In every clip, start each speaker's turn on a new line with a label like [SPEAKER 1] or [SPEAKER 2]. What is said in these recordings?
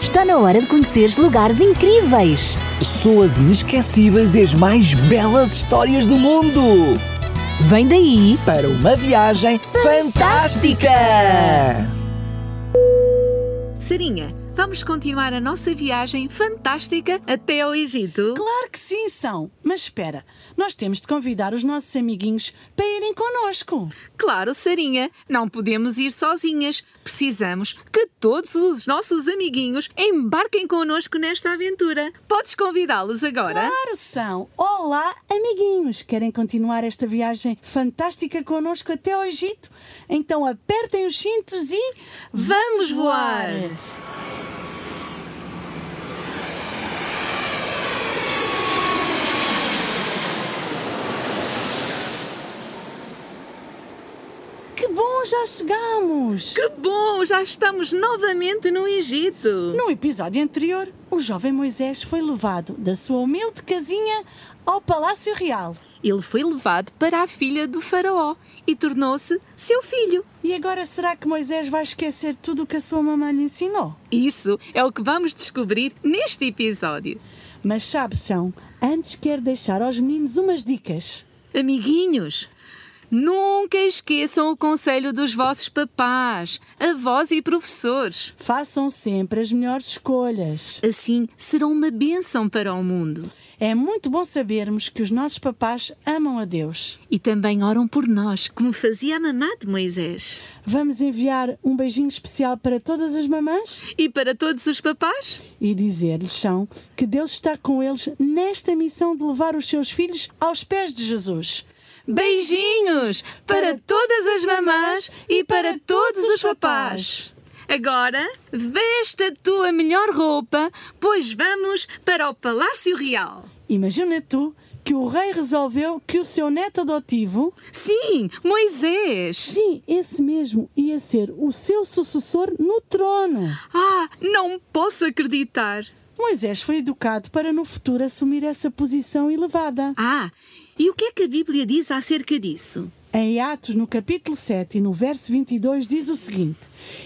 [SPEAKER 1] Está na hora de conheceres lugares incríveis.
[SPEAKER 2] Pessoas inesquecíveis e as mais belas histórias do mundo!
[SPEAKER 1] Vem daí,
[SPEAKER 2] Para uma viagem fantástica!
[SPEAKER 3] Sarinha, vamos continuar a nossa viagem fantástica até ao Egito?
[SPEAKER 4] Claro que sim, são. Mas espera, nós temos de convidar os nossos amiguinhos para irem connosco.
[SPEAKER 3] Claro, Sarinha, não podemos ir sozinhas. Precisamos que todos os nossos amiguinhos embarquem connosco nesta aventura. Podes convidá-los agora?
[SPEAKER 4] Claro, são. Olá, amiguinhos. Querem continuar esta viagem fantástica connosco até ao Egito? Então apertem os cintos e.
[SPEAKER 3] Vamos voar!
[SPEAKER 4] Que bom, já chegamos!
[SPEAKER 3] Que bom! Já estamos novamente no Egito.
[SPEAKER 4] No episódio anterior, o jovem Moisés foi levado da sua humilde casinha ao Palácio Real.
[SPEAKER 3] Ele foi levado para a filha do faraó e tornou-se seu filho.
[SPEAKER 4] E agora será que Moisés vai esquecer tudo o que a sua mamãe lhe ensinou?
[SPEAKER 3] Isso é o que vamos descobrir neste episódio.
[SPEAKER 4] Mas sabe, São, antes quero deixar aos meninos umas dicas.
[SPEAKER 3] Amiguinhos, nunca esqueçam o conselho dos vossos papás, avós e professores.
[SPEAKER 4] Façam sempre as melhores escolhas.
[SPEAKER 3] Assim serão uma bênção para o mundo.
[SPEAKER 4] É muito bom sabermos que os nossos papás amam a Deus.
[SPEAKER 3] E também oram por nós, como fazia a mamá de Moisés.
[SPEAKER 4] Vamos enviar um beijinho especial para todas as mamãs
[SPEAKER 3] E para todos os papás,
[SPEAKER 4] e dizer-lhes, São, que Deus está com eles nesta missão de levar os seus filhos aos pés de Jesus.
[SPEAKER 3] beijinhos para todas as mamás e para todos os papás. Agora, veste a tua melhor roupa, pois vamos para o Palácio Real.
[SPEAKER 4] Imagina tu que o rei resolveu que o seu neto adotivo
[SPEAKER 3] Sim, Moisés!
[SPEAKER 4] Sim, esse mesmo ia ser o seu sucessor no trono.
[SPEAKER 3] Ah, não posso acreditar!
[SPEAKER 4] Moisés foi educado para no futuro assumir essa posição elevada.
[SPEAKER 3] Ah, e o que é que a Bíblia diz acerca disso?
[SPEAKER 4] Em Atos, no capítulo 7 e no verso 22, diz o seguinte: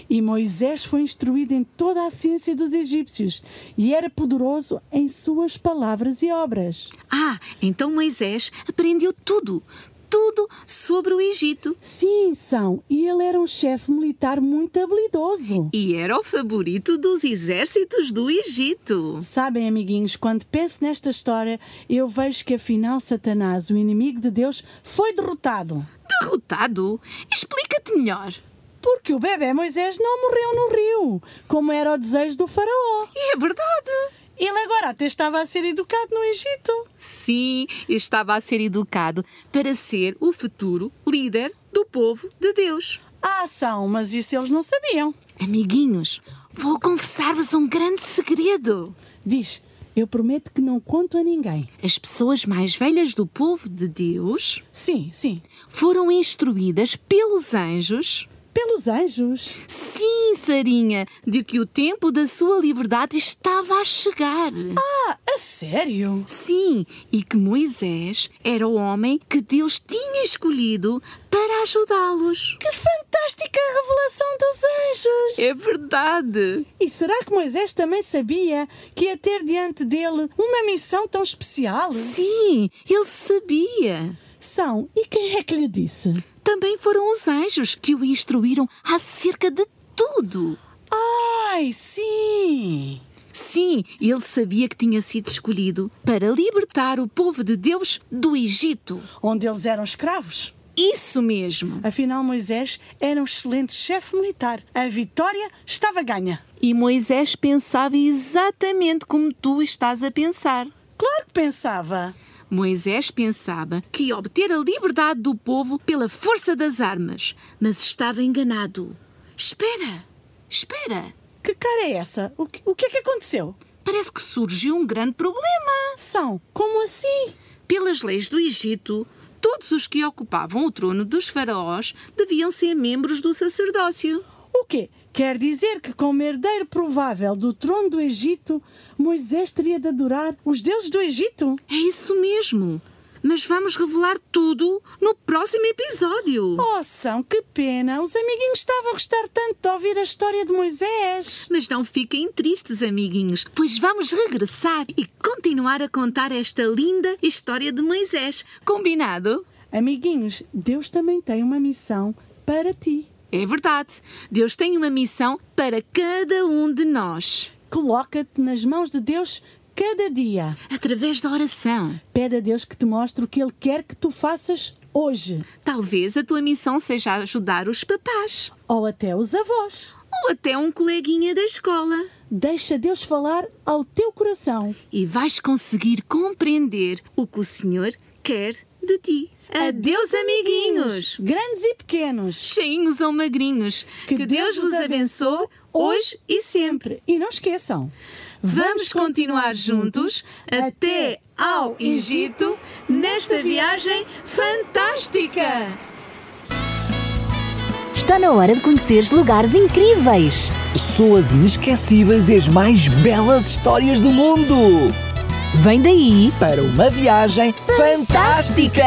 [SPEAKER 4] E Moisés foi instruído em toda a ciência dos egípcios e era poderoso em suas palavras e obras.
[SPEAKER 3] Ah, então Moisés aprendeu tudo, tudo sobre o Egito.
[SPEAKER 4] Sim, são, e ele era um chefe militar muito habilidoso.
[SPEAKER 3] E era o favorito dos exércitos do Egito.
[SPEAKER 4] Sabem, amiguinhos, quando penso nesta história, eu vejo que afinal Satanás, o inimigo de Deus, foi derrotado.
[SPEAKER 3] Derrotado? Explica-te melhor.
[SPEAKER 4] Porque o bebê Moisés não morreu no rio, como era o desejo do faraó.
[SPEAKER 3] É verdade.
[SPEAKER 4] Ele agora até estava a ser educado no Egito.
[SPEAKER 3] Sim, estava a ser educado para ser o futuro líder do povo de Deus.
[SPEAKER 4] Ah, são, mas isso eles não sabiam.
[SPEAKER 3] Amiguinhos, vou confessar-vos um grande segredo.
[SPEAKER 4] Diz, eu prometo que não conto a ninguém.
[SPEAKER 3] As pessoas mais velhas do povo de Deus
[SPEAKER 4] Sim, sim,
[SPEAKER 3] foram instruídas pelos anjos.
[SPEAKER 4] pelos anjos.
[SPEAKER 3] Sim, Sarinha, de que o tempo da sua liberdade estava a chegar.
[SPEAKER 4] Ah, a sério?
[SPEAKER 3] Sim, e que Moisés era o homem que Deus tinha escolhido para ajudá-los.
[SPEAKER 4] Que fantástica revelação dos anjos!
[SPEAKER 3] É verdade.
[SPEAKER 4] E será que Moisés também sabia que ia ter diante dele uma missão tão especial?
[SPEAKER 3] Sim, ele sabia.
[SPEAKER 4] São, e quem é que lhe disse?
[SPEAKER 3] Também foram os anjos que o instruíram acerca de tudo.
[SPEAKER 4] Ai, sim!
[SPEAKER 3] Sim, ele sabia que tinha sido escolhido para libertar o povo de Deus do Egito.
[SPEAKER 4] Onde eles eram escravos.
[SPEAKER 3] Isso mesmo.
[SPEAKER 4] Afinal, Moisés era um excelente chefe militar. A vitória estava ganha.
[SPEAKER 3] E Moisés pensava exatamente como tu estás a pensar.
[SPEAKER 4] Claro que pensava.
[SPEAKER 3] Moisés pensava que ia obter a liberdade do povo pela força das armas, mas estava enganado. Espera, espera.
[SPEAKER 4] Que cara é essa? O que, o que é que aconteceu?
[SPEAKER 3] Parece que surgiu um grande problema.
[SPEAKER 4] São, como assim?
[SPEAKER 3] Pelas leis do Egito, todos os que ocupavam o trono dos faraós deviam ser membros do sacerdócio.
[SPEAKER 4] O quê? Quer dizer que, como herdeiro provável do trono do Egito, Moisés teria de adorar os deuses do Egito?
[SPEAKER 3] É isso mesmo. Mas vamos revelar tudo no próximo episódio.
[SPEAKER 4] Oh, são que pena! Os amiguinhos estavam a gostar tanto de ouvir a história de Moisés.
[SPEAKER 3] Mas não fiquem tristes, amiguinhos, pois vamos regressar e continuar a contar esta linda história de Moisés. Combinado?
[SPEAKER 4] Amiguinhos, Deus também tem uma missão para ti.
[SPEAKER 3] É verdade. Deus tem uma missão para cada um de nós.
[SPEAKER 4] Coloca-te nas mãos de Deus cada dia.
[SPEAKER 3] Através da oração.
[SPEAKER 4] Pede a Deus que te mostre o que Ele quer que tu faças hoje,
[SPEAKER 3] Talvez a tua missão seja ajudar os papás
[SPEAKER 4] ou até os avós.
[SPEAKER 3] ou até um coleguinha da escola.
[SPEAKER 4] Deixa Deus falar ao teu coração.
[SPEAKER 3] E vais conseguir compreender o que o Senhor quer de ti. Adeus, amiguinhos!
[SPEAKER 4] Grandes e pequenos.
[SPEAKER 3] cheinhos ou magrinhos. Que, Deus vos abençoe hoje e sempre.
[SPEAKER 4] E não esqueçam.
[SPEAKER 3] Vamos continuar juntos até ao Egito nesta viagem fantástica!
[SPEAKER 1] Está na hora de conheceres lugares incríveis.
[SPEAKER 2] Pessoas inesquecíveis e as mais belas histórias do mundo.
[SPEAKER 1] Vem daí!
[SPEAKER 2] Para uma viagem fantástica.